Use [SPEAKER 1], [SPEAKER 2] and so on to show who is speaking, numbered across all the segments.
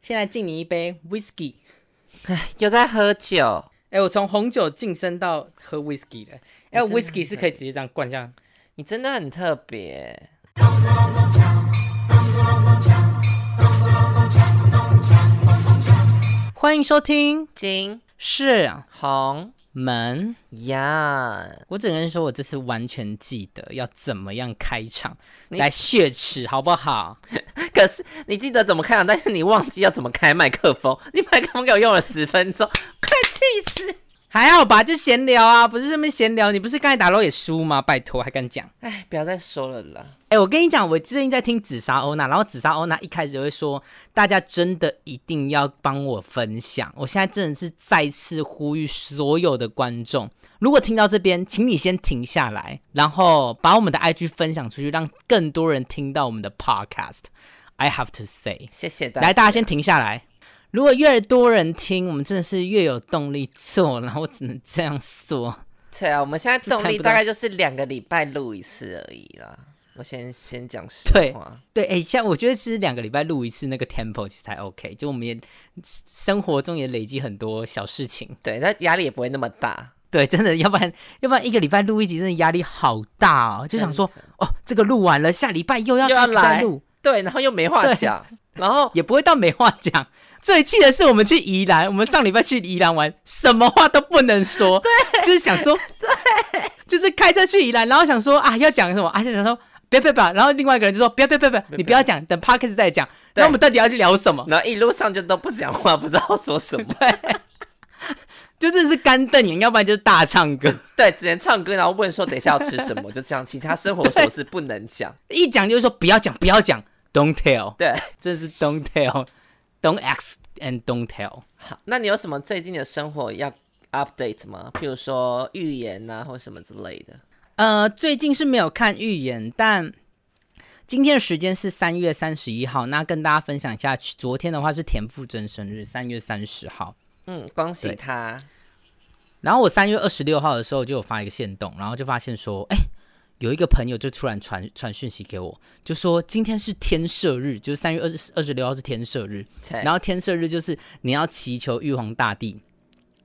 [SPEAKER 1] 先来敬你一杯 whisky。
[SPEAKER 2] 又在喝酒，
[SPEAKER 1] 哎、我从红酒晋升到喝 whisky 的。哎、
[SPEAKER 2] 真
[SPEAKER 1] w
[SPEAKER 2] 的
[SPEAKER 1] h i s k y 是可以直接这样灌下。
[SPEAKER 2] 你真的很特别。
[SPEAKER 1] 欢迎收听，
[SPEAKER 2] 金
[SPEAKER 1] 是啊
[SPEAKER 2] 红
[SPEAKER 1] 门。
[SPEAKER 2] 呀，
[SPEAKER 1] 我只能说，我这次完全记得要怎么样开场
[SPEAKER 2] 你
[SPEAKER 1] 来血耻，好不好？
[SPEAKER 2] 可是你记得怎么开场，但是你忘记要怎么开麦克风。你麦克风给我用了十分钟，快气死！
[SPEAKER 1] 还好吧，就闲聊啊，不是这么闲聊。你不是刚才打捞也输吗？拜托，还敢讲？
[SPEAKER 2] 哎，不要再说了啦。
[SPEAKER 1] 哎、我跟你讲，我最近在听紫砂欧娜，然后紫砂欧娜一开始就会说，大家真的一定要帮我分享。我现在真的是再次呼吁所有的观众，如果听到这边，请你先停下来，然后把我们的 IG 分享出去，让更多人听到我们的 podcast。I have to say，
[SPEAKER 2] 谢谢大
[SPEAKER 1] 来，
[SPEAKER 2] 家。
[SPEAKER 1] 大家先停下来。如果越多人听，我们真的是越有动力做，然后我只能这样说。
[SPEAKER 2] 对啊，我们现在动
[SPEAKER 1] 看
[SPEAKER 2] 力
[SPEAKER 1] 不
[SPEAKER 2] 大
[SPEAKER 1] 到
[SPEAKER 2] 概就是两个礼拜录一次而已啦。我先先讲实
[SPEAKER 1] 对
[SPEAKER 2] 话，
[SPEAKER 1] 对，哎、像我觉得其实两个礼拜录一次那个 tempo 其实还 OK，就我们也生活中也累积很多小事情。
[SPEAKER 2] 对，那压力也不会那么大。
[SPEAKER 1] 对，真的，要不然要不然一个礼拜录一集，真的压力好大哦。就想说
[SPEAKER 2] 真，
[SPEAKER 1] 哦，这个录完了，下礼拜又要
[SPEAKER 2] 又要
[SPEAKER 1] 开始再
[SPEAKER 2] 来
[SPEAKER 1] 录，
[SPEAKER 2] 对，然后又没话
[SPEAKER 1] 对
[SPEAKER 2] 讲，然后
[SPEAKER 1] 也不会到没话讲。最气的是我们去宜兰，我们上礼拜去宜兰玩，什么话都不能说，对，就是想说，对，就是开车去宜兰，然后想说啊要讲什么，啊就想说。不要不要不要！然后另外一个人就说：“不要不要不要不要！你不要讲，等 p o d c a s t 再讲。”那
[SPEAKER 2] 对
[SPEAKER 1] 我们到底要去聊什么？
[SPEAKER 2] 然后一路上就都不讲话，不知道说什么。
[SPEAKER 1] 就真的是干瞪眼，要不然就是大唱歌，
[SPEAKER 2] 对，只能唱歌，然后问说等一下要吃什么，就这样，其他生活琐事不能讲。
[SPEAKER 1] 一讲就是说不要讲，不要讲，don't tell，
[SPEAKER 2] 对，
[SPEAKER 1] 真的是 don't tell，don't ask and don't tell。
[SPEAKER 2] 好，那你有什么最近的生活要 update 吗？譬如说预言啊，或什么之类的。
[SPEAKER 1] 呃，最近是没有看预言，但今天的时间是三月三十一号，那跟大家分享一下，昨天的话是田馥甄生日，三月三十号。
[SPEAKER 2] 嗯，恭喜
[SPEAKER 1] 对
[SPEAKER 2] 他。
[SPEAKER 1] 然后我三月二十六号的时候就有发一个线动，然后就发现说，哎、有一个朋友就突然传传讯息给我，就说今天是天赦日，就是三月二十二十六号是天赦日，
[SPEAKER 2] 对
[SPEAKER 1] 然后天赦日就是你要祈求玉皇大帝，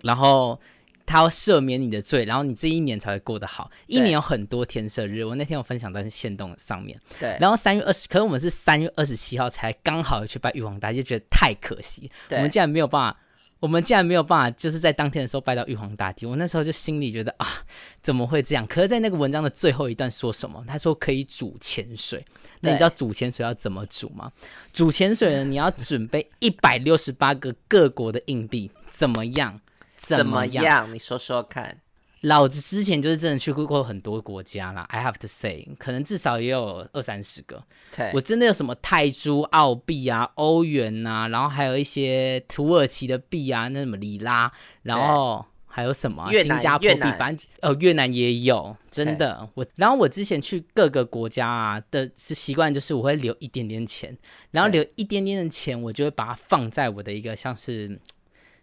[SPEAKER 1] 然后他要赦免你的罪，然后你这一年才会过得好。一
[SPEAKER 2] 对
[SPEAKER 1] 年有很多天赦日，我那天有分享在线动上面。
[SPEAKER 2] 对
[SPEAKER 1] 然后三月二十，可是我们是三月二十七号才刚好去拜玉皇大帝，就觉得太可惜，我们
[SPEAKER 2] 对
[SPEAKER 1] 竟然没有办法。我们竟然没有办法，就是在当天的时候拜到玉皇大帝。我那时候就心里觉得啊，怎么会这样？可是，在那个文章的最后一段说什么？他说可以煮潜水。那你
[SPEAKER 2] 对
[SPEAKER 1] 知道煮潜水要怎么煮吗？煮潜水呢，你要准备一百六十八个各国的硬币，怎么样？
[SPEAKER 2] 怎
[SPEAKER 1] 么
[SPEAKER 2] 么
[SPEAKER 1] 样？
[SPEAKER 2] 样？你说说看。
[SPEAKER 1] 老子之前就是真的去过很多国家啦，I have to say，可能至少也有二三十个。
[SPEAKER 2] 对
[SPEAKER 1] 我，真的有什么泰铢、澳币啊、欧元啊，然后还有一些土耳其的币啊，那什么里拉，然后还有什么啊、
[SPEAKER 2] 越南
[SPEAKER 1] 新加坡
[SPEAKER 2] 越
[SPEAKER 1] 币，
[SPEAKER 2] 南
[SPEAKER 1] 反正呃越南也有，真的。我然后我之前去各个国家啊的是习惯就是我会留一点点钱，然后
[SPEAKER 2] 对
[SPEAKER 1] 留一点点的钱，我就会把它放在我的一个像是。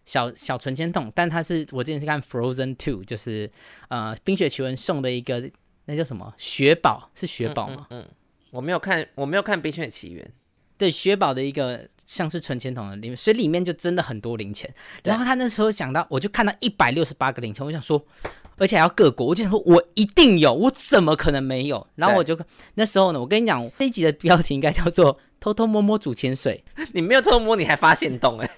[SPEAKER 1] 小小存钱筒，但它是我之前是看《Frozen Two》，就是呃《冰雪奇缘》送的一个那叫什么雪宝，是雪宝吗？
[SPEAKER 2] 嗯，我没有看，我没有看《冰雪奇缘
[SPEAKER 1] 对雪宝的一个像是存钱筒的里面，所以里面就真的很多零钱。
[SPEAKER 2] 对
[SPEAKER 1] 然后他那时候想到，我就看到一百六十八个零钱，我想说，而且还要各国，我就想说我一定有，我怎么可能没有？然后我就那时候呢，我跟你讲，这一集的标题应该叫做“偷偷摸摸煮潜水”，”，
[SPEAKER 2] 你没有偷摸，你还发现洞哎、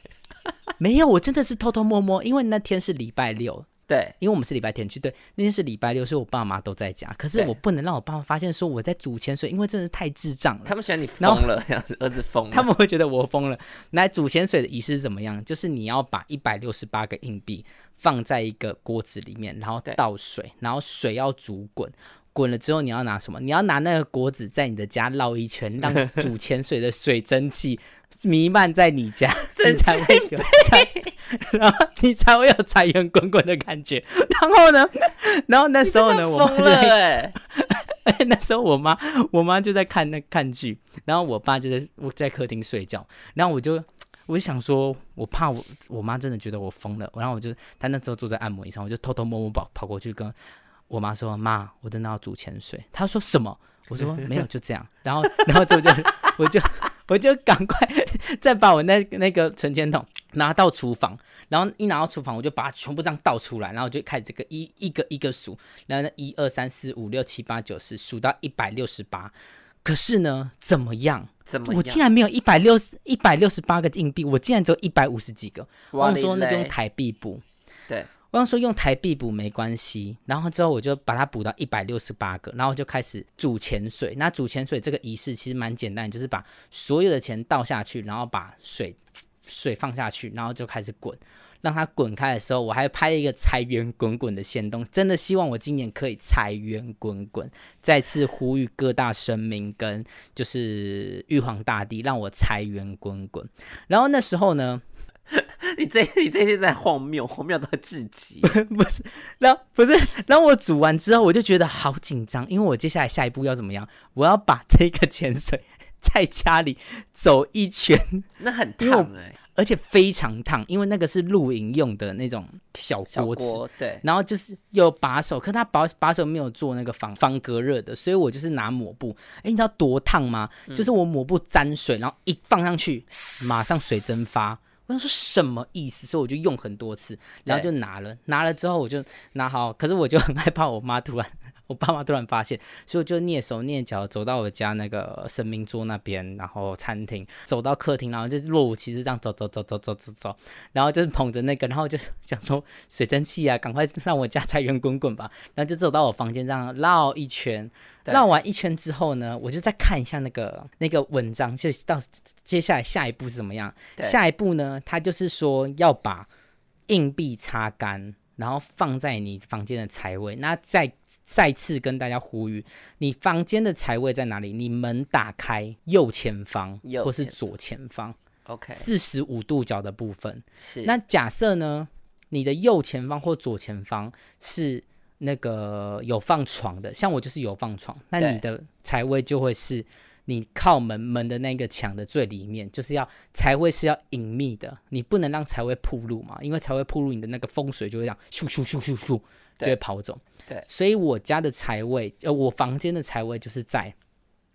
[SPEAKER 1] 没有，我真的是偷偷摸摸，因为那天是礼拜六，
[SPEAKER 2] 对，
[SPEAKER 1] 因为我们是礼拜天去，对，那天是礼拜六，所以我爸妈都在家，可是
[SPEAKER 2] 对
[SPEAKER 1] 我不能让我爸妈发现说我在煮潜水，因为真的是太智障了。
[SPEAKER 2] 他们喜欢你
[SPEAKER 1] 然后
[SPEAKER 2] 疯了， 这样子儿子疯
[SPEAKER 1] 他
[SPEAKER 2] 了。
[SPEAKER 1] 们会觉得我疯了。那煮咸水的仪式是怎么样？就是你要把一百六十八个硬币放在一个锅子里面，然后
[SPEAKER 2] 对
[SPEAKER 1] 倒水，然后水要煮滚。滚了之后，你要拿什么？你要拿那个锅子在你的家绕一圈，让煮潜水的水蒸气弥漫在你家，你
[SPEAKER 2] 神
[SPEAKER 1] 才会有财，然后你才会有财源滚滚的感觉。然后呢，然后那时候
[SPEAKER 2] 真的
[SPEAKER 1] 呢，我们
[SPEAKER 2] 疯了哎、
[SPEAKER 1] 而且 那时候我妈，我妈就在看那看剧，然后我爸就在我在客厅睡觉，然后我就我就想说，我怕我我妈真的觉得我疯了，然后我就她那时候坐在按摩椅上，我就偷偷摸摸跑跑过去跟我妈说：“妈，我 真的要煮潜水。”她说什么？我说没有，就这样。然后然后之后就我就 我就赶快再把我那那个存钱筒拿到厨房，然后一拿到厨房，我就把它全部这样倒出来，然后我就开始这个一一个一个数，然后呢一二三四五六七八九十数到一百六十八。可是呢，怎么样？
[SPEAKER 2] 怎么
[SPEAKER 1] 我
[SPEAKER 2] 样
[SPEAKER 1] 竟然没有一百六十一百六十八个硬币，我竟然只有一百五十几个。我
[SPEAKER 2] 哇
[SPEAKER 1] 想
[SPEAKER 2] 你
[SPEAKER 1] 说那就用
[SPEAKER 2] 嘞
[SPEAKER 1] 台币补，
[SPEAKER 2] 对，
[SPEAKER 1] 我想说用台币补没关系，然后之后我就把它补到一百六十八个，然后我就开始煮潜水。那煮潜水这个仪式其实蛮简单，就是把所有的钱倒下去，然后把水水放下去，然后就开始滚。让它滚开的时候，我还拍了一个财源滚滚的行动，真的希望我今年可以财源滚滚。再次呼吁各大神明跟就是玉皇大帝，让我财源滚滚。然后那时候呢，
[SPEAKER 2] 你这你这些在荒谬，荒谬到至极。
[SPEAKER 1] 不是，然后不是， 然后我煮完之后，我就觉得好紧张，因为我接下来下一步要怎么样？我要把这个潜水在家里走一圈，
[SPEAKER 2] 那很
[SPEAKER 1] 因为我
[SPEAKER 2] 烫哎、
[SPEAKER 1] 而且非常烫，因为那个是露营用的那种小
[SPEAKER 2] 小
[SPEAKER 1] 锅子。
[SPEAKER 2] 锅对，
[SPEAKER 1] 然后就是有把手，可它把把手没有做那个防防隔热的，所以我就是拿抹布。哎，你知道多烫吗？就是我抹布沾水，然后一放上去，马上水蒸发。我想说什么意思，所以我就用很多次，然后就拿了，拿了之后我就拿好，可是我就很害怕我妈突然。 我爸妈突然发现，所以我就蹑手蹑脚走到我家那个神明桌那边，然后餐厅，走到客厅，然后就若无其事这样走走走走走走走，然后就是捧着那个，然后就想说水蒸气啊，赶快让我家财源滚滚吧。然后就走到我房间这样绕一圈，
[SPEAKER 2] 对
[SPEAKER 1] 绕完一圈之后呢，我就再看一下那个那个文章，就到接下来下一步是怎么样。
[SPEAKER 2] 对
[SPEAKER 1] 下一步呢，他就是说要把硬币擦干，然后放在你房间的财位。那再再次跟大家呼吁，你房间的财位在哪里？你门打开右前方
[SPEAKER 2] 右
[SPEAKER 1] 或是
[SPEAKER 2] 前
[SPEAKER 1] 左前方
[SPEAKER 2] OK
[SPEAKER 1] 四十五度角的部分。
[SPEAKER 2] 是
[SPEAKER 1] 那假设呢，你的右前方或左前方是那个有放床的，像我就是有放床，那
[SPEAKER 2] 对
[SPEAKER 1] 你的财位就会是你靠门门的那个墙的最里面，就是要财位是要隐秘的，你不能让财位铺路嘛，因为财位铺路，你的那个风水就会这样咻咻咻咻咻就
[SPEAKER 2] 对
[SPEAKER 1] 会跑走。
[SPEAKER 2] 对
[SPEAKER 1] 所以我家的财位，呃，我房间的财位就是在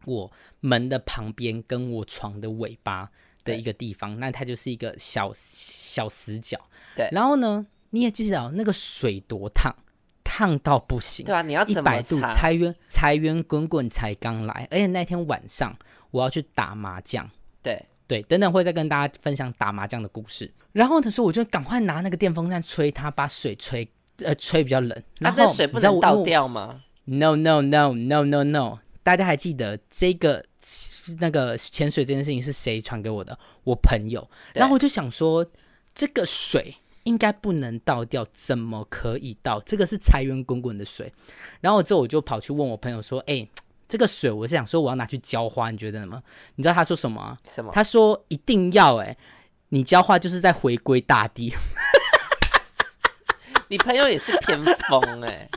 [SPEAKER 1] 我门的旁边跟我床的尾巴的
[SPEAKER 2] 对
[SPEAKER 1] 一个地方，那它就是一个小小死角。
[SPEAKER 2] 对
[SPEAKER 1] 然后呢，你也记得哦那个水多烫，烫到不行
[SPEAKER 2] 对，啊，你要
[SPEAKER 1] 一
[SPEAKER 2] 怎
[SPEAKER 1] 百
[SPEAKER 2] 么
[SPEAKER 1] 度，
[SPEAKER 2] 擦？
[SPEAKER 1] 财源财源滚滚才刚来，而且那天晚上我要去打麻将。
[SPEAKER 2] 对，
[SPEAKER 1] 对，等等会再跟大家分享打麻将的故事。然后呢，所以我就赶快拿那个电风扇吹它，把水吹呃吹比较冷。然
[SPEAKER 2] 啊那
[SPEAKER 1] 后、
[SPEAKER 2] 这水不能倒。掉吗？
[SPEAKER 1] No no no no no no！大家还记得这个那个潜水这件事情是谁传给我的？我朋友。
[SPEAKER 2] 对
[SPEAKER 1] 然后我就想说，这个水应该不能倒掉，怎么可以倒？这个是财源滚滚的水。然后之后我就跑去问我朋友说：“哎、这个水我是想说我要拿去浇花，你觉得吗？”你知道他说什么啊、
[SPEAKER 2] 什么？
[SPEAKER 1] 他说一定要哎、你教化就是在回归大地。
[SPEAKER 2] 你朋友也是偏疯哎、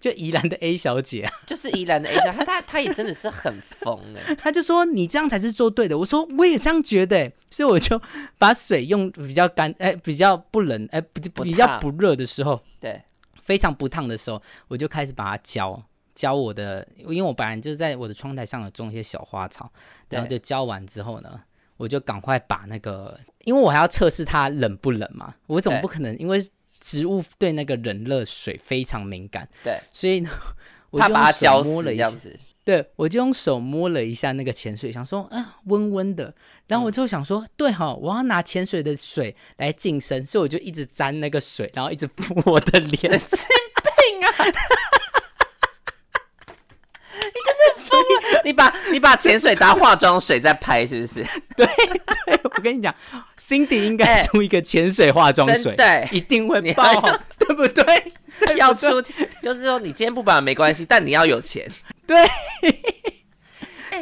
[SPEAKER 1] 就宜兰的 A 小姐啊、
[SPEAKER 2] 就是宜兰的 A 他他他也真的是很疯哎、
[SPEAKER 1] 她就说你这样才是做对的。我说我也这样觉得欸、所以我就 把水用比较干，哎、比较不冷，哎、比
[SPEAKER 2] 不
[SPEAKER 1] 比较
[SPEAKER 2] 烫
[SPEAKER 1] 不热的时候，
[SPEAKER 2] 对，
[SPEAKER 1] 非常不烫的时候，我就开始把它浇浇我的，因为我本来就在我的窗台上有种一些小花草，
[SPEAKER 2] 对
[SPEAKER 1] 然后就浇完之后呢，我就赶快把那个，因为我还要测试它冷不冷嘛，我总
[SPEAKER 2] 对
[SPEAKER 1] 不可能因为植物对那个冷热水非常敏感，
[SPEAKER 2] 对，
[SPEAKER 1] 所以呢， 我
[SPEAKER 2] 怕
[SPEAKER 1] 就
[SPEAKER 2] 把
[SPEAKER 1] 用
[SPEAKER 2] 它浇
[SPEAKER 1] 手
[SPEAKER 2] 死
[SPEAKER 1] 摸了
[SPEAKER 2] 这
[SPEAKER 1] 一下
[SPEAKER 2] 样，子。
[SPEAKER 1] 对我就用手摸了一下那个潜水，想说啊温温的，然
[SPEAKER 2] 嗯
[SPEAKER 1] 后我就想说，对哈、我要拿潜水的水来净身，所以我就一直沾那个水，然后一直 扑我的脸。
[SPEAKER 2] 啊你把你把潜水当化妆水在拍是不是？
[SPEAKER 1] 我跟你讲，Cindy 应该出一个潜水化妆水，
[SPEAKER 2] 哎真 的
[SPEAKER 1] 一定会
[SPEAKER 2] 你
[SPEAKER 1] 爆，对不对？
[SPEAKER 2] 要出就是说你今天不把没关系，但你要有钱，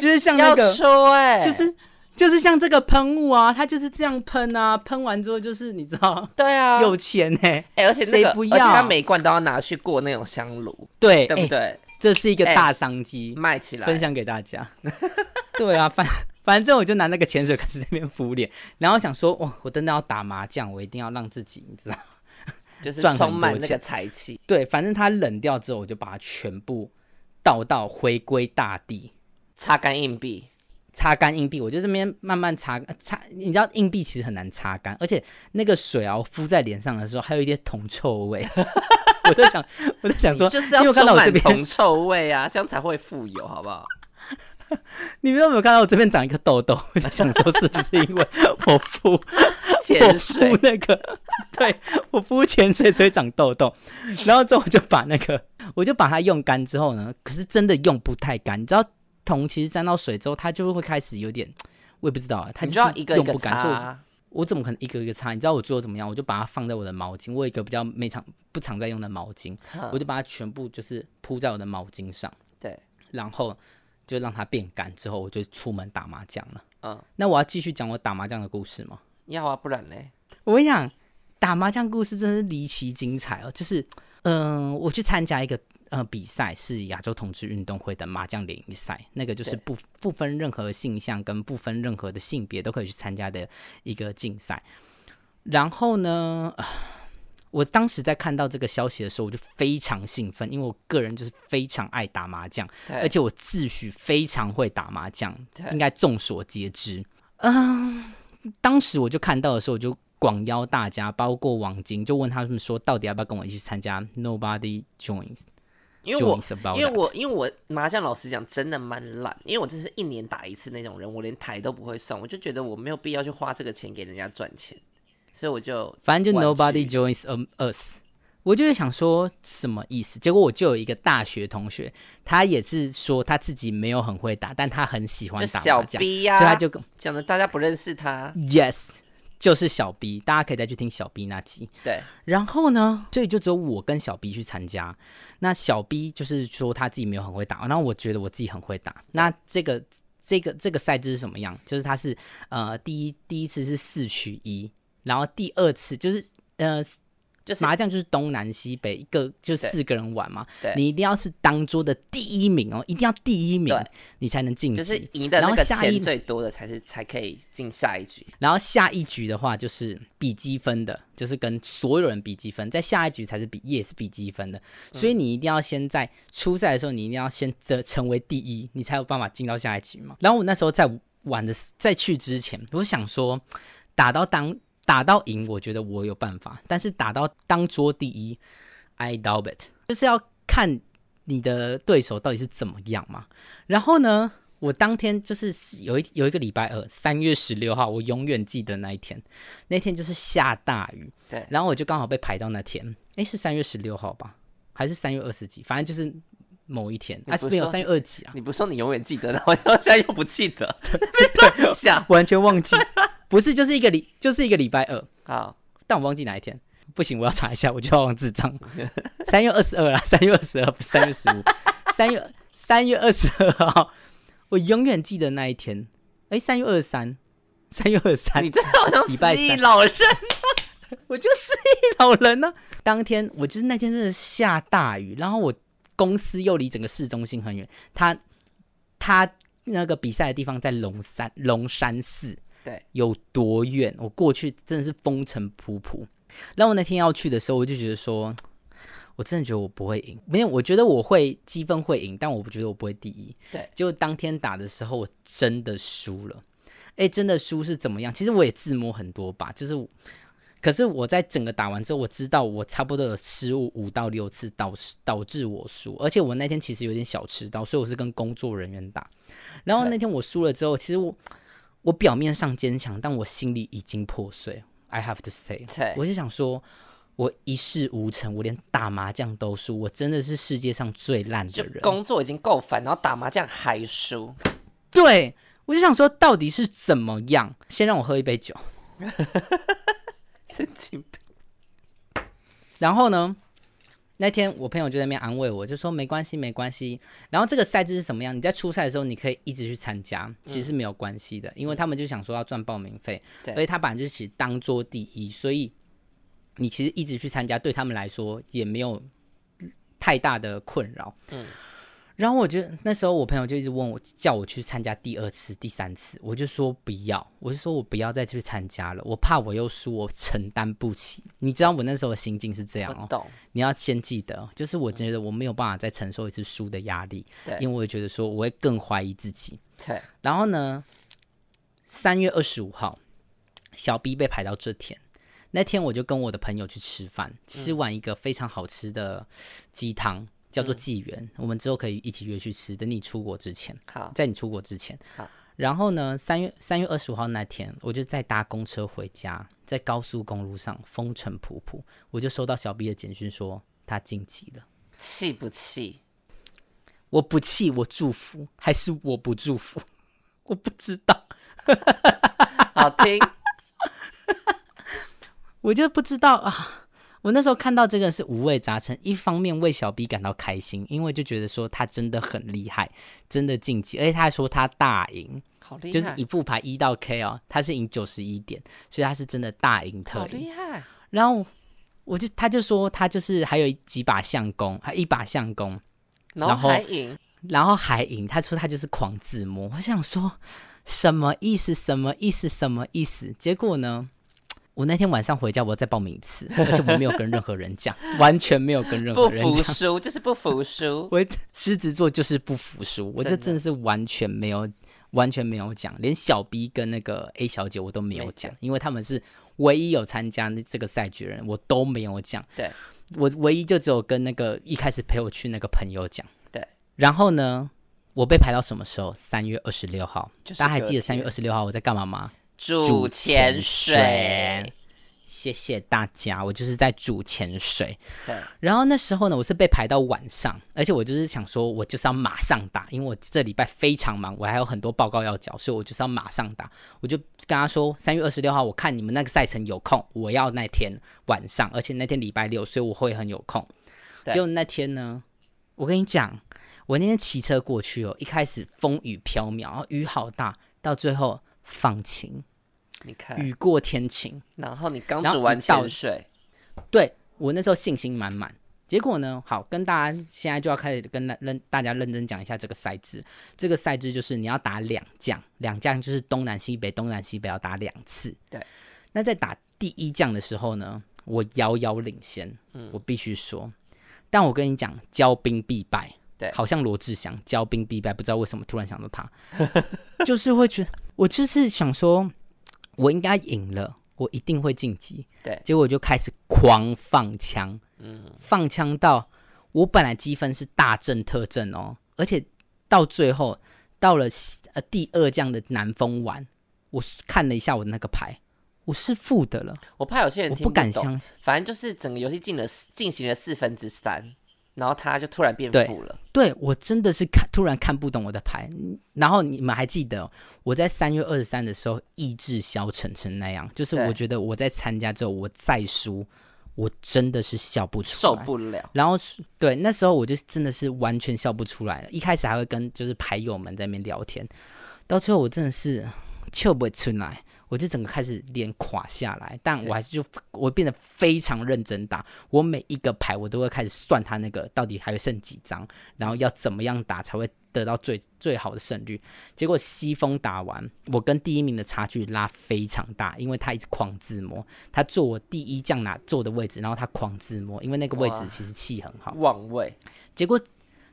[SPEAKER 1] 就是像那
[SPEAKER 2] 要
[SPEAKER 1] 个，
[SPEAKER 2] 出哎、
[SPEAKER 1] 就是就是像这个喷雾啊，它就是这样喷啊，喷完之后就是你知道
[SPEAKER 2] 对啊，
[SPEAKER 1] 有钱哎、
[SPEAKER 2] 哎、而且那
[SPEAKER 1] 谁
[SPEAKER 2] 个
[SPEAKER 1] 不要
[SPEAKER 2] 而且它每一罐都要拿去过那种香炉，
[SPEAKER 1] 对
[SPEAKER 2] 对不
[SPEAKER 1] 哎
[SPEAKER 2] 对？
[SPEAKER 1] 这是一个
[SPEAKER 2] 哎
[SPEAKER 1] 大商机，
[SPEAKER 2] 卖起来
[SPEAKER 1] 分享给大家。 对啊，反反正我就拿那个潜水开始在那边敷脸，然后想说，哇，我真的要打麻将，我一定要让自己，你知道。
[SPEAKER 2] 就是
[SPEAKER 1] 赚很
[SPEAKER 2] 充满
[SPEAKER 1] 多
[SPEAKER 2] 那个
[SPEAKER 1] 钱
[SPEAKER 2] 财气。
[SPEAKER 1] 对，反正它冷掉之后，我就把它全部倒到回归大地。
[SPEAKER 2] 擦干硬币，
[SPEAKER 1] 擦干硬币，我就这边慢慢擦呃擦，你知道硬币其实很难擦干，而且那个水啊，我敷在脸上的时候还有一点铜臭味。 我在想，我在 想说，
[SPEAKER 2] 就是
[SPEAKER 1] 你
[SPEAKER 2] 要
[SPEAKER 1] 有看
[SPEAKER 2] 充
[SPEAKER 1] 到我这
[SPEAKER 2] 满
[SPEAKER 1] 边
[SPEAKER 2] 铜臭味啊，这样才会富有，好不好？
[SPEAKER 1] 你们有没有看到我这边长一个痘 痘？我就想说，是不是因为我敷 我
[SPEAKER 2] 潜水
[SPEAKER 1] 敷那个，对我敷潜水所以长痘痘，然后之后我就把那个，我就把它用干之后呢，可是真的用不太干，你知道铜其实沾到水之后，它就会开始有点，我也不知道啊，它
[SPEAKER 2] 你
[SPEAKER 1] 就
[SPEAKER 2] 就要
[SPEAKER 1] 是
[SPEAKER 2] 一个一
[SPEAKER 1] 用
[SPEAKER 2] 个
[SPEAKER 1] 不
[SPEAKER 2] 擦
[SPEAKER 1] 干，所以我就
[SPEAKER 2] 啊。
[SPEAKER 1] 我怎么可能一个一个擦？你知道我最后怎么样？我就把它放在我的毛巾，我有一个比较没常不常在用的毛巾，我就把它全部就是铺在我的毛巾上，
[SPEAKER 2] 对，
[SPEAKER 1] 然后就让它变干之后，我就出门打麻将了。
[SPEAKER 2] 嗯，
[SPEAKER 1] 那我要继续讲我打麻将的故事吗？
[SPEAKER 2] 要啊，不然嘞，
[SPEAKER 1] 我跟你讲，打麻将故事真是离奇精彩哦。就是，嗯、我去参加一个呃比赛，是亚洲同志运动会的麻将联谊赛，那个就是
[SPEAKER 2] 对
[SPEAKER 1] 不不分任何性向跟不分任何的性别都可以去参加的一个竞赛。然后呢，啊我当时在看到这个消息的时候，我就非常兴奋，因为我个人就是非常爱打麻将。而
[SPEAKER 2] 对，
[SPEAKER 1] 且我自诩非常会打麻将
[SPEAKER 2] 哎对，
[SPEAKER 1] 应该众所皆知。嗯，当时我就看到的时候，我就广邀大家，包括王晶，就问他们说，到底要不要跟我一起去参加 Nobody Joins？
[SPEAKER 2] 因为我
[SPEAKER 1] joins about
[SPEAKER 2] 因为
[SPEAKER 1] that
[SPEAKER 2] 我因为我麻将老实讲真的蛮懒，因为我真是一年打一次那种人，我连台都不会算，我就觉得我没有必要去花这个钱给人家赚钱，所以我就
[SPEAKER 1] 反正就
[SPEAKER 2] 玩
[SPEAKER 1] Nobody
[SPEAKER 2] 具
[SPEAKER 1] Joins um, Us。我就会想说什么意思，结果我就有一个大学同学，他也是说他自己没有很会打，但他很喜欢
[SPEAKER 2] 就
[SPEAKER 1] 打
[SPEAKER 2] 小啊
[SPEAKER 1] 麻将，所
[SPEAKER 2] 逼
[SPEAKER 1] 以他
[SPEAKER 2] 呀、
[SPEAKER 1] 就跟
[SPEAKER 2] 讲的大家不认识他，
[SPEAKER 1] Yes，就是小 B，大家可以再去听小 B 那集。
[SPEAKER 2] 对，
[SPEAKER 1] 然后呢，所以就只有我跟小 B 去参加。那小 B 就是说他自己没有很会打，然后我觉得我自己很会打。那这个这个这个赛制是什么样？就是它是呃第一第一次是四取一，然后第二次就是呃
[SPEAKER 2] 就是
[SPEAKER 1] 麻将就是东南西北一个就四个人玩嘛
[SPEAKER 2] 对，
[SPEAKER 1] 你一定要是当桌的第一名哦，一定要第一名
[SPEAKER 2] 对
[SPEAKER 1] 你才能晋级。
[SPEAKER 2] 就是赢的
[SPEAKER 1] 嗯然
[SPEAKER 2] 那
[SPEAKER 1] 后
[SPEAKER 2] 个
[SPEAKER 1] 下一
[SPEAKER 2] 钱最多的才是才可以进下一局，
[SPEAKER 1] 然后下一局的话就是比积分的，就是跟所有人比积分，在下一局才是比也是比积分的，所以你一定要先在初赛的时候，你一定要先得成为第一，你才有办法进到下一局嘛。然后我那时候在玩的时在去之前，我想说打到当打到赢，我觉得我有办法，但是打到当桌第一，I doubt it，就是要看你的对手到底是怎么样嘛。然后呢，我当天就是有一有一个礼拜二，三月十六号，我永远记得那一天。那天就是下大雨，
[SPEAKER 2] 对
[SPEAKER 1] 然后我就刚好被排到那天，诶，是三月十六号吧？还是三月二十几？反正就是某一天，
[SPEAKER 2] 你
[SPEAKER 1] 啊，
[SPEAKER 2] 不
[SPEAKER 1] 没有
[SPEAKER 2] 说
[SPEAKER 1] 三月二十几啊，
[SPEAKER 2] 你不是说你永远记得的，我现在又不 记得，
[SPEAKER 1] 哦
[SPEAKER 2] 乱讲，
[SPEAKER 1] 完全忘 记，不是，就是一个礼，就是一个礼拜二，
[SPEAKER 2] 好，
[SPEAKER 1] 但我忘记哪一天。不行，我要查一下，我就要忘智 障。三月二十二啦，啊三月二十二，不是三月十五，三月三月二十二号，我永远记得那一天。诶，三月二十三，三月二十三，
[SPEAKER 2] 你真的好像
[SPEAKER 1] 礼拜
[SPEAKER 2] 失忆
[SPEAKER 1] 三
[SPEAKER 2] 老人，
[SPEAKER 1] 我就是一老人呢、当天我就是那天真的下大雨，然后我公司又离整个市中心很远，他他那个比赛的地方在龙山龙山寺，
[SPEAKER 2] 对，
[SPEAKER 1] 有多远？我过去真的是风尘仆仆。然后我那天要去的时候，我就觉得说，我真的觉得我不会赢，没有，我觉得我会积分会赢，但我不觉得我不会第一。
[SPEAKER 2] 对，
[SPEAKER 1] 结果当天打的时候，我真的输了。哎，真的输是怎么样？其实我也自摸很多把，就是我，可是我在整个打完之后，我知道我差不多有失误五到六次，导导致我输。而且我那天其实有点小迟到，所以我是跟工作人员打。然后那天我输了之后，其实我我表面上坚强，但我心里已经破碎。I have to say，
[SPEAKER 2] 对
[SPEAKER 1] 我就想说，我一事无成，我连打麻将都输，我真的是世界上最烂的
[SPEAKER 2] 就
[SPEAKER 1] 人。
[SPEAKER 2] 工作已经够烦，然后打麻将还 输，
[SPEAKER 1] 对，我就想说，到底是怎么样？先让我喝一杯酒，
[SPEAKER 2] 神经病，
[SPEAKER 1] 然后呢？那天我朋友就在那边安慰我，就说没关系，没关系。然后这个赛制是什么样？你在初赛的时候，你可以一直去参加，其实是没有关系的，因为他们就想说要赚报名费，
[SPEAKER 2] 对
[SPEAKER 1] 而且他本来就是其实当做第一，所以你其实一直去参加，对他们来说也没有太大的困扰。嗯。然后我就那时候我朋友就一直问我，叫我去参加第二次、第三次，我就说不要，我就说我不要再去参加了，我怕我又输，我承担不起。你知道我那时候的心境是这样
[SPEAKER 2] 我
[SPEAKER 1] 哦，
[SPEAKER 2] 懂，
[SPEAKER 1] 你要先记得，就是我觉得我没有办法再承受一次输的压力，
[SPEAKER 2] 对
[SPEAKER 1] 因为我觉得说我会更怀疑自己。
[SPEAKER 2] 对，
[SPEAKER 1] 然后呢，三月二十五号，小 B 被排到这天。那天我就跟我的朋友去吃饭，吃完一个非常好吃的鸡汤，叫做纪元。我们之后可以一起约去吃，等你出国之前，
[SPEAKER 2] 好，
[SPEAKER 1] 在你出国之前
[SPEAKER 2] 好。
[SPEAKER 1] 然后呢，三月三月二十五号那天，我就在搭公车回家，在高速公路上风尘仆仆，我就收到小 B 的简讯说他晋级了。
[SPEAKER 2] 气不 气？
[SPEAKER 1] 我不气，我祝福，还是我不祝福？ 我不知道。
[SPEAKER 2] 好听，
[SPEAKER 1] 我就不知道啊。我那时候看到这个是五味杂陈，一方面为小 B 感到开心，因为就觉得说他真的很厉害，真的晋级，而且他还说他大赢，
[SPEAKER 2] 好厉害，
[SPEAKER 1] 就是以副牌一到 K 哦，他是赢九十一点，所以他是真的大赢
[SPEAKER 2] 好
[SPEAKER 1] 特赢。
[SPEAKER 2] 厉害，
[SPEAKER 1] 然后我就他就说他就是还有几把相公，还一把相公，
[SPEAKER 2] 然
[SPEAKER 1] 然
[SPEAKER 2] 后
[SPEAKER 1] 后
[SPEAKER 2] 还赢，
[SPEAKER 1] 然后还赢，他说他就是狂自摸。我想说什么意思？什么意思？什么意思？结果呢，我那天晚上回家，我再报名一次，而且我没有跟任何人讲， 完全没有跟任
[SPEAKER 2] 不
[SPEAKER 1] 何人
[SPEAKER 2] 服
[SPEAKER 1] 讲。
[SPEAKER 2] 输就是不服 输，
[SPEAKER 1] 我狮子座就是不服输，我就
[SPEAKER 2] 真的
[SPEAKER 1] 真的是完全没有，完全没有讲，连小 B 跟那个 A 小姐我都没有
[SPEAKER 2] 没讲
[SPEAKER 1] 讲，因为他们是唯一有参加这个赛局的人，我都没有讲。
[SPEAKER 2] 对，
[SPEAKER 1] 我唯一就只有跟那个一开始陪我去那个朋友讲。
[SPEAKER 2] 对，
[SPEAKER 1] 然后呢，我被排到什么时候？三月二十六号，
[SPEAKER 2] 就是
[SPEAKER 1] 大家还记
[SPEAKER 2] 隔
[SPEAKER 1] 得三月二十六号我在干嘛吗？
[SPEAKER 2] 煮
[SPEAKER 1] 潜
[SPEAKER 2] 潜水，。
[SPEAKER 1] 谢谢大家，我就是在煮潜水。
[SPEAKER 2] 对，
[SPEAKER 1] 然后那时候呢，我是被排到晚上，而且我就是想说，我就是要马上打，因为我这礼拜非常忙，我还有很多报告要交，所以我就是要马上打。我就跟他说，三月二十六号，我看你们那个赛程有空，我要那天晚上，而且那天礼拜六，所以我会很有空。
[SPEAKER 2] 对
[SPEAKER 1] 结果那天呢，我跟你讲，我那天骑车过去哦，一开始风雨飘渺，然后雨好大，到最后放晴，
[SPEAKER 2] 你看，
[SPEAKER 1] 雨过天晴。
[SPEAKER 2] 然后你刚
[SPEAKER 1] 然后
[SPEAKER 2] 煮完
[SPEAKER 1] 一到
[SPEAKER 2] 潜水，
[SPEAKER 1] 对我那时候信心满满。结果呢？好，跟大家现在就要开始跟大认大家认真讲一下这个赛制。这个赛制就是你要打两将，两将就是东南西北，东南西北要打两次。
[SPEAKER 2] 对。
[SPEAKER 1] 那在打第一将的时候呢，我遥遥领先，
[SPEAKER 2] 嗯
[SPEAKER 1] 我必须说。但我跟你讲，骄兵必败。
[SPEAKER 2] 对
[SPEAKER 1] 好像罗志祥骄兵必败，不知道为什么突然想到他， 就是会觉得我就是想说，我应该赢了，我一定会晋级。
[SPEAKER 2] 对
[SPEAKER 1] 结果我就开始狂放枪，
[SPEAKER 2] 嗯
[SPEAKER 1] 放枪到我本来积分是大正特正哦，而且到最后到了西呃第二将的南风丸，我看了一下我的那个牌，我是负的了，
[SPEAKER 2] 我怕有些人
[SPEAKER 1] 我
[SPEAKER 2] 听
[SPEAKER 1] 不敢
[SPEAKER 2] 懂，
[SPEAKER 1] 相信。
[SPEAKER 2] 反正就是整个游戏进了四进行了四分之三，然后他就突然变
[SPEAKER 1] 对
[SPEAKER 2] 负了，
[SPEAKER 1] 对我真的是看突然看不懂我的牌，嗯然后你们还记得哦我在三月二十三的时候意志消沉成那样，就是
[SPEAKER 2] 对
[SPEAKER 1] 我觉得我在参加之后我再输，我真的是笑不出来，
[SPEAKER 2] 受不了，
[SPEAKER 1] 然后是对那时候我就真的是完全笑不出来了，一开始还会跟就是牌友们在那边聊天，到最后我真的是笑不出来，我就整个开始脸垮下来，但
[SPEAKER 2] 对
[SPEAKER 1] 我还是就我变得非常认真打，我每一个牌我都会开始算它那个到底还剩几张，然后要怎么样打才会得到最最好的胜率。结果西风打完，我跟第一名的差距拉非常大，因为他一直狂自摸，他坐我第一将哪坐的位置，然后他狂自摸，因为那个位置
[SPEAKER 2] 哇
[SPEAKER 1] 其实气很好。
[SPEAKER 2] 忘位，
[SPEAKER 1] 结果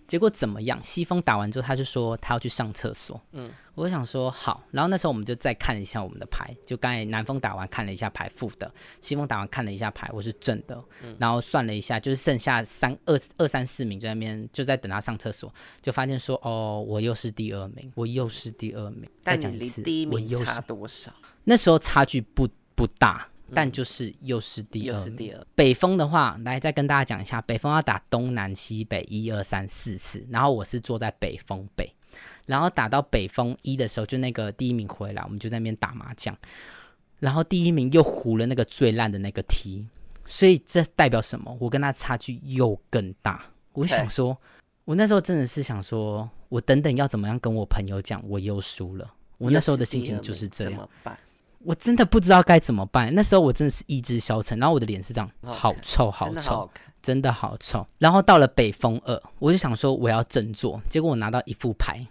[SPEAKER 1] 结果怎么样？西风打完之后，他就说他要去上厕所。嗯，我想说好，然后那时候我们就再看了一下我们的牌，就刚才南风打完看了一下牌负的，西风打完看了一下牌，我是正的，
[SPEAKER 2] 嗯
[SPEAKER 1] 然后算了一下，就是剩下三二二三四名在那边就在等他上厕所，就发现说哦，我又是第二名，我又是第二名。再
[SPEAKER 2] 但
[SPEAKER 1] 讲
[SPEAKER 2] 你
[SPEAKER 1] 一
[SPEAKER 2] 离
[SPEAKER 1] 次，
[SPEAKER 2] 第一
[SPEAKER 1] 我
[SPEAKER 2] 名
[SPEAKER 1] 又是
[SPEAKER 2] 差多少？
[SPEAKER 1] 那时候差距不不大，但就是又是第
[SPEAKER 2] 又
[SPEAKER 1] 二
[SPEAKER 2] 是
[SPEAKER 1] 名。
[SPEAKER 2] 第二，
[SPEAKER 1] 北风的话，来再跟大家讲一下，北风要打东南西北一二三四次，然后我是坐在北风北，然后打到北风一的时候，就那个第一名回来，我们就在那边打麻将，然后第一名又胡了那个最烂的那个题，所以这代表什么？我跟他差距又更大。我就想说，我那时候真的是想说，我等等要怎么样跟我朋友讲，我又输了。我那时候的心情就是这
[SPEAKER 2] 又
[SPEAKER 1] 样
[SPEAKER 2] 是第二名怎。么办？
[SPEAKER 1] 我真的不知道该怎么办。那时候我真的是意志消沉，然后我的脸是这样，
[SPEAKER 2] 好看
[SPEAKER 1] 好臭，好
[SPEAKER 2] 哦真的好
[SPEAKER 1] 臭，
[SPEAKER 2] 好看。
[SPEAKER 1] 真的好臭。然后到了北风二，我就想说我要振作，结果我拿到一副牌，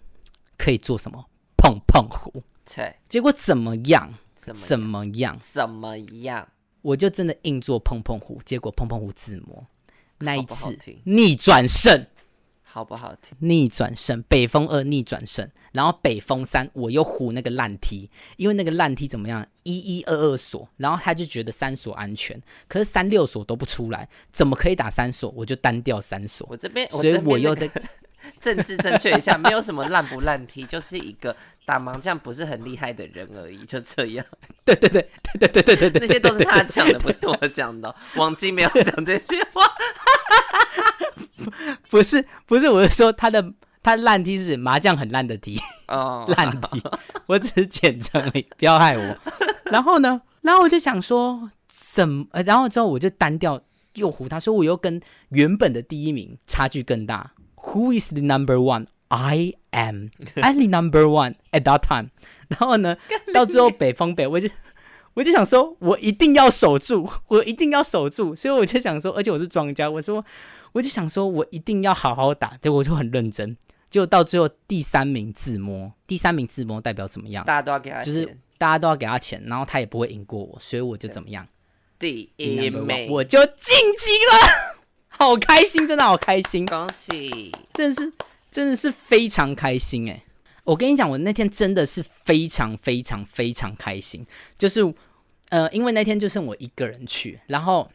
[SPEAKER 1] 可以做什么？碰碰胡。
[SPEAKER 2] 切，
[SPEAKER 1] 结果怎么样？
[SPEAKER 2] 怎么
[SPEAKER 1] 怎么样？
[SPEAKER 2] 怎么样？
[SPEAKER 1] 我就真的硬做碰碰胡，结果碰碰胡自摸，那一
[SPEAKER 2] 好不好
[SPEAKER 1] 次
[SPEAKER 2] 听
[SPEAKER 1] 逆转胜。
[SPEAKER 2] 好不好听？
[SPEAKER 1] 逆转胜，北风二逆转胜，然后北风三我又胡那个烂踢，因为那个烂踢怎么样，一一二二锁，然后他就觉得三锁安全，可是三六锁都不出来，怎么可以打三锁？我就单调三锁，
[SPEAKER 2] 我这边，
[SPEAKER 1] 所以
[SPEAKER 2] 这边
[SPEAKER 1] 我又
[SPEAKER 2] 那个
[SPEAKER 1] 在
[SPEAKER 2] 政治正确一下，没有什么烂不烂踢， 就是一个打麻将不是很厉害的人而已，就这 样。对对对对对对对对，那些都是他讲的，不是我讲的哦。王晶没有讲这些话，
[SPEAKER 1] 不是不是，我是说他的他烂踢是麻将很烂的踢，
[SPEAKER 2] 哦，
[SPEAKER 1] 烂题，我只是简称而已，不要害我。 然后呢，然后我就想说，怎么？呃然后之后我就单调又胡他，说我又跟原本的第一名差距更大。Who is the number one? I am. I'm the number one at that time. 然后呢，到最后北风北，我就。我就想说，我一定要守住，我一定要守住，所以我就想说，而且我是庄家，我说，我就想说，我一定要好好打，对，我就很认真，结果到最后第三名自摸，第三名自摸代表怎么样？
[SPEAKER 2] 大家都要给他
[SPEAKER 1] 就
[SPEAKER 2] 钱。
[SPEAKER 1] 是大家都要给他钱，然后他也不会赢过我，所以我就怎么样，
[SPEAKER 2] 第
[SPEAKER 1] 赢
[SPEAKER 2] 一
[SPEAKER 1] number one，
[SPEAKER 2] 名，
[SPEAKER 1] 我就晋级了， 好开心，真的好开心，
[SPEAKER 2] 恭喜！
[SPEAKER 1] 真的是真的是非常开心哎、我跟你讲，我那天真的是非常非常非常开心，就是呃，因为那天就剩我一个人去，然后。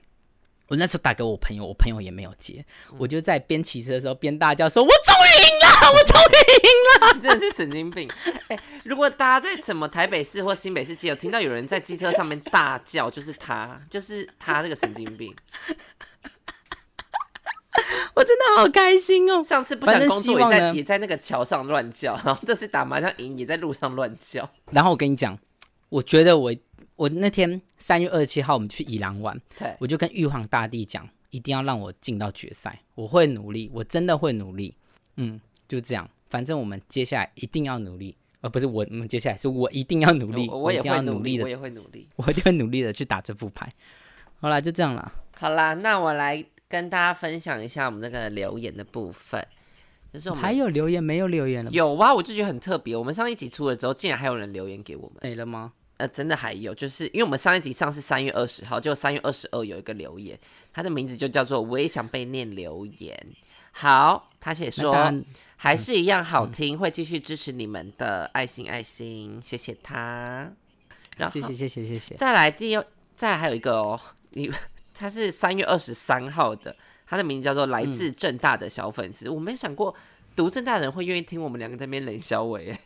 [SPEAKER 1] 我那时候打给我朋友，我朋友也没有接，我就在边骑车的时候边大叫说：“我终于赢了，我终于赢了！”
[SPEAKER 2] 你真的是神经病。 哎、如果大家在什么台北市或新北市街有听到有人在机车上面大叫，就是他，就是他这个神经病。
[SPEAKER 1] 我真的好开心哦！
[SPEAKER 2] 上次不
[SPEAKER 1] 反
[SPEAKER 2] 想
[SPEAKER 1] 正
[SPEAKER 2] 工作
[SPEAKER 1] 希
[SPEAKER 2] 也
[SPEAKER 1] 望
[SPEAKER 2] 在
[SPEAKER 1] 呢
[SPEAKER 2] 也在那个桥上乱叫， 然后这次打麻将赢也在路上乱叫。
[SPEAKER 1] 然后我跟你讲，我觉得我我那天三月二十七号我们去宜兰玩，
[SPEAKER 2] 对，
[SPEAKER 1] 我就跟玉皇大帝讲，一定要让我进到决赛，我会努力，我真的会努力。嗯，就这样，反正我们接下来一定要努力，呃，不是我我们接下来是我一定要努力，
[SPEAKER 2] 我我
[SPEAKER 1] 一
[SPEAKER 2] 也
[SPEAKER 1] 定要
[SPEAKER 2] 会
[SPEAKER 1] 努
[SPEAKER 2] 力，
[SPEAKER 1] 的
[SPEAKER 2] 我，也会努力。
[SPEAKER 1] 我一定会努力的去打这副牌。好啦，就这样啦。
[SPEAKER 2] 好啦，那我来跟大家分享一下我们那个留言的部分，就是我
[SPEAKER 1] 还
[SPEAKER 2] 们
[SPEAKER 1] 有留言没有留言了吗？
[SPEAKER 2] 有啊，我就觉得很特别。我们上一集出了之后，竟然还有人留言给我们，
[SPEAKER 1] 没了吗？
[SPEAKER 2] 呃，真的还有，就是因为我们上一集上是三月二十号，就三月二十二有一个留言，他的名字就叫做“我也想被念留言”。好，他写
[SPEAKER 1] 那
[SPEAKER 2] 说。
[SPEAKER 1] 当然
[SPEAKER 2] 还是一样
[SPEAKER 1] 嗯
[SPEAKER 2] 好听，会继续支持你们的，爱心爱心，谢谢他。然后
[SPEAKER 1] 谢谢谢谢谢谢。
[SPEAKER 2] 再来第二，再来还有一个哦，你他是三月二十三号的，他的名字叫做来
[SPEAKER 1] 嗯
[SPEAKER 2] 自正大的小粉丝。我没想过读正大的人会愿意听我们两个在那边冷笑伟。哎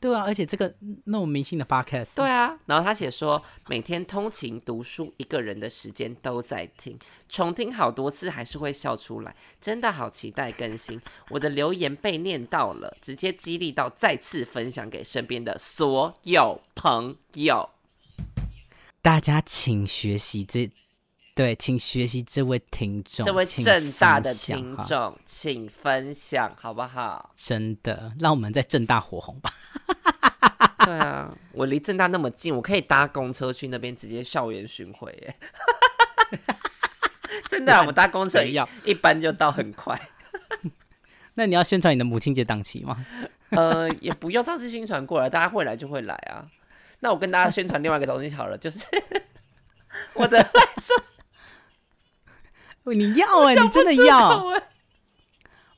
[SPEAKER 1] 对啊，而且这个那种明星的 podcast，
[SPEAKER 2] 对啊， 然后他写说每天通勤、读书、一个人的时间都在听，重听好多次还是会笑出来，真的好期待更新。我的留言被念到了，直接激励到再次分享给身边的所有朋友。
[SPEAKER 1] 大家请学习这，对，请学习这位听众，
[SPEAKER 2] 这位
[SPEAKER 1] 请
[SPEAKER 2] 正大的
[SPEAKER 1] 分享
[SPEAKER 2] 听
[SPEAKER 1] 哈，？
[SPEAKER 2] 众，请分享好不好
[SPEAKER 1] 真的让我们在正大火红吧。
[SPEAKER 2] 对啊， 我离正大那么近，我可以搭公车去那边直接校园巡回耶。 真的啊、我搭公车
[SPEAKER 1] 谁
[SPEAKER 2] 一
[SPEAKER 1] 要
[SPEAKER 2] 一般就到很快，
[SPEAKER 1] 那你要宣传你的母亲节档期吗？
[SPEAKER 2] 呃，也不用上次宣传过了，大家会来就会来啊。那我跟大家宣传另外一个东西好了，就是 我 的
[SPEAKER 1] 哦你要哎、你真的
[SPEAKER 2] 账
[SPEAKER 1] 要？
[SPEAKER 2] 号啊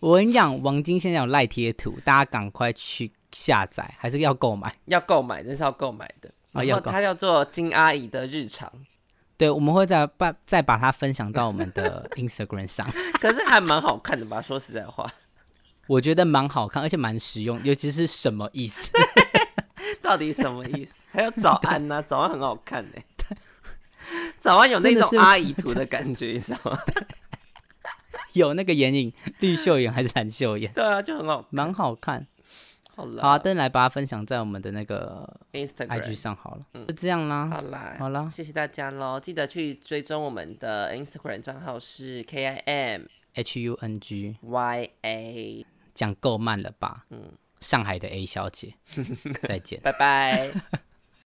[SPEAKER 1] 我跟你讲，王晶现在有赖贴图，大家赶快去下载，还是要购买？
[SPEAKER 2] 要购买，这是要购买的。
[SPEAKER 1] 啊
[SPEAKER 2] 然
[SPEAKER 1] 要
[SPEAKER 2] 后
[SPEAKER 1] 购
[SPEAKER 2] 它叫做金阿姨的日常，
[SPEAKER 1] 对，我们会再把再把它分享到我们 的 Instagram 上，
[SPEAKER 2] 可是还蛮好看的吧？说实在话，
[SPEAKER 1] 我觉得蛮好看，而且蛮实用，尤其是什么意 思？
[SPEAKER 2] 到底什么意思？还有早安呐、早安很好看呢、欸早安有那
[SPEAKER 1] 真的
[SPEAKER 2] 种
[SPEAKER 1] 是
[SPEAKER 2] 阿姨图的感觉，你知道吗？
[SPEAKER 1] 有那个眼影，绿袖眼还是蓝袖 眼，
[SPEAKER 2] 对啊，就很好，
[SPEAKER 1] 蛮好看。
[SPEAKER 2] 好啦
[SPEAKER 1] 好、啊，等你来把它分享在我们的那个 IG
[SPEAKER 2] ，Instagram，嗯
[SPEAKER 1] 上好了，就这样啦。
[SPEAKER 2] 好啦，
[SPEAKER 1] 好啦
[SPEAKER 2] 谢谢大家喽，记得去追踪我们的 Instagram 账号是 K I M
[SPEAKER 1] H U N G，
[SPEAKER 2] Y A，
[SPEAKER 1] 讲够慢了吧？嗯，上海的 A 小姐，再见。
[SPEAKER 2] 拜拜。